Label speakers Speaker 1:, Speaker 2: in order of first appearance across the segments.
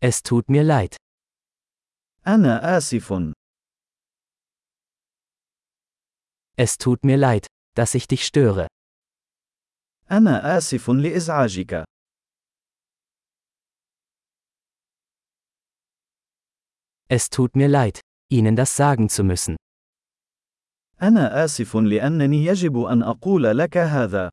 Speaker 1: Es tut mir leid.
Speaker 2: أنا آسف.
Speaker 1: Es tut mir leid, dass ich dich störe.
Speaker 2: أنا آسف لإزعاجك.
Speaker 1: Es tut mir leid, Ihnen das sagen zu müssen.
Speaker 2: أنا آسف لأنني يجب أن أقول لك هذا.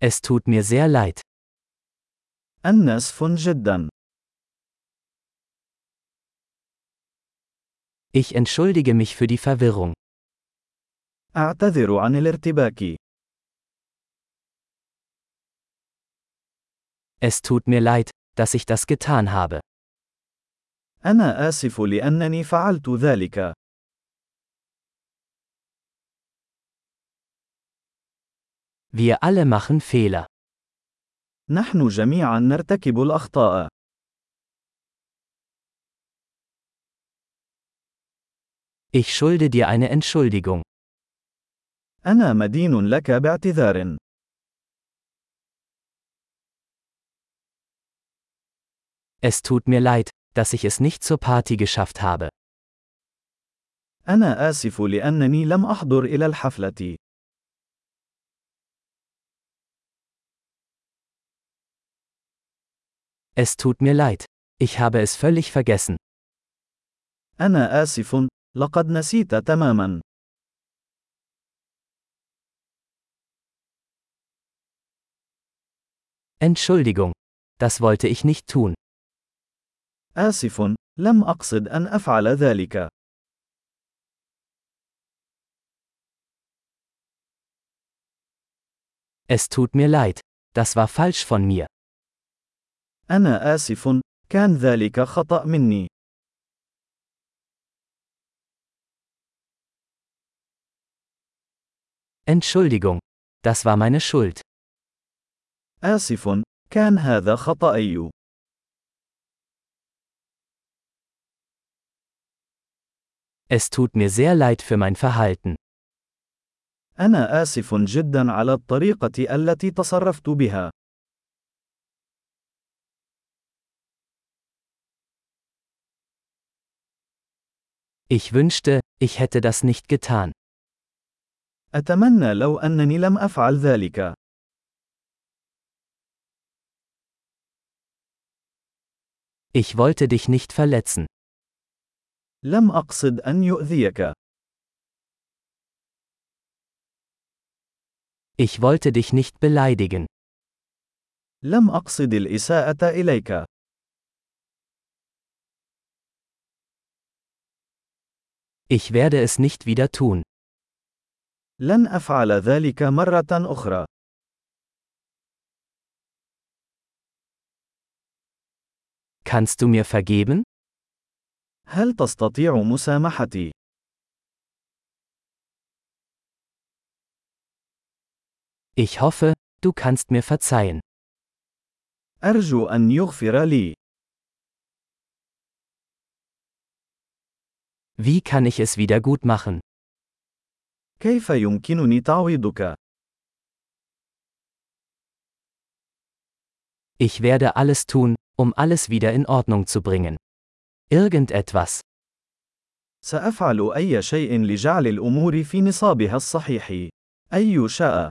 Speaker 1: Es tut mir sehr leid.
Speaker 2: أنا آسف جدا.
Speaker 1: Ich entschuldige mich für die Verwirrung.
Speaker 2: أعتذر عن الارتباك.
Speaker 1: Es tut mir leid, dass ich das getan habe.
Speaker 2: أنا آسف لأنني فعلت ذلك.
Speaker 1: Wir alle machen Fehler.
Speaker 2: نحن جميعا نرتكب الأخطاء.
Speaker 1: Ich schulde dir eine Entschuldigung.
Speaker 2: أنا مدين لك باعتذار.
Speaker 1: Es tut mir leid, dass ich es nicht zur Party geschafft habe.
Speaker 2: أنا آسف لأنني لم أحضر إلى الحفلة.
Speaker 1: Es tut mir leid. Ich habe es völlig vergessen.
Speaker 2: أنا آسف. لقد نسيت تماما.
Speaker 1: Entschuldigung. Das wollte ich nicht tun.
Speaker 2: آسف. لم أقصد أن أفعل ذلك.
Speaker 1: Es tut mir leid. Das war falsch von mir.
Speaker 2: أنا آسف. كان ذلك خطأ مني.
Speaker 1: Entschuldigung. Das war meine Schuld.
Speaker 2: آسف. كان هذا خطأي.
Speaker 1: Es tut mir sehr leid für mein Verhalten.
Speaker 2: أنا آسف جدا على الطريقة التي تصرفت بها.
Speaker 1: Ich wünschte, ich hätte das nicht getan.
Speaker 2: أتمنى لو أنني لم أفعل ذلك.
Speaker 1: Ich wollte dich nicht verletzen.
Speaker 2: لم أقصد أن يؤذيك.
Speaker 1: Ich wollte dich nicht beleidigen.
Speaker 2: لم أقصد الإساءة إليك.
Speaker 1: Ich werde es nicht wieder tun.
Speaker 2: لن أفعل ذلك مرة أخرى.
Speaker 1: Kannst du mir vergeben?
Speaker 2: هل تستطيع مسامحتي؟
Speaker 1: Ich hoffe, du kannst mir verzeihen.
Speaker 2: أرجو أن يغفر لي.
Speaker 1: Wie kann ich es wieder gut machen?
Speaker 2: كيف يمكنني تعويضك؟
Speaker 1: Ich werde alles tun, um alles wieder in Ordnung zu bringen. Irgendetwas.
Speaker 2: سأفعل أي شيء لجعل الأمور في نصابها الصحيح. أي شاء.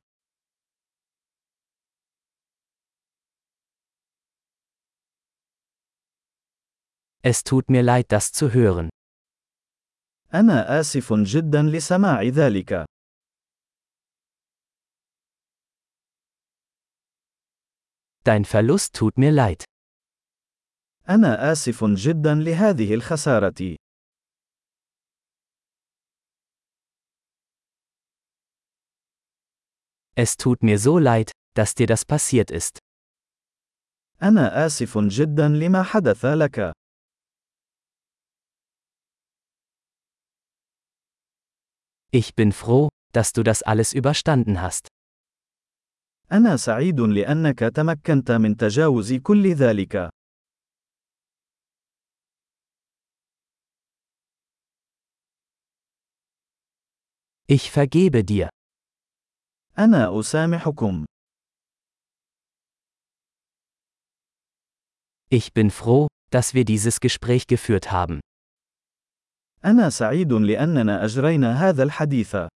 Speaker 1: Es tut mir leid, das zu hören.
Speaker 2: أنا آسف جدا لسماع ذلك.
Speaker 1: Dein Verlust tut mir leid.
Speaker 2: أنا آسف جدا لهذه الخسارة.
Speaker 1: Es tut mir so leid, dass dir das passiert ist.
Speaker 2: أنا آسف جدا لما حدث لك.
Speaker 1: Ich bin froh, dass du das alles überstanden hast.
Speaker 2: أنا سعيد لأنك تمكنت من تجاوز كل ذلك.
Speaker 1: Ich vergebe dir.
Speaker 2: أنا أسامحكم.
Speaker 1: Ich bin froh, dass wir dieses Gespräch geführt haben.
Speaker 2: أنا سعيد لأننا أجرينا هذا الحديث.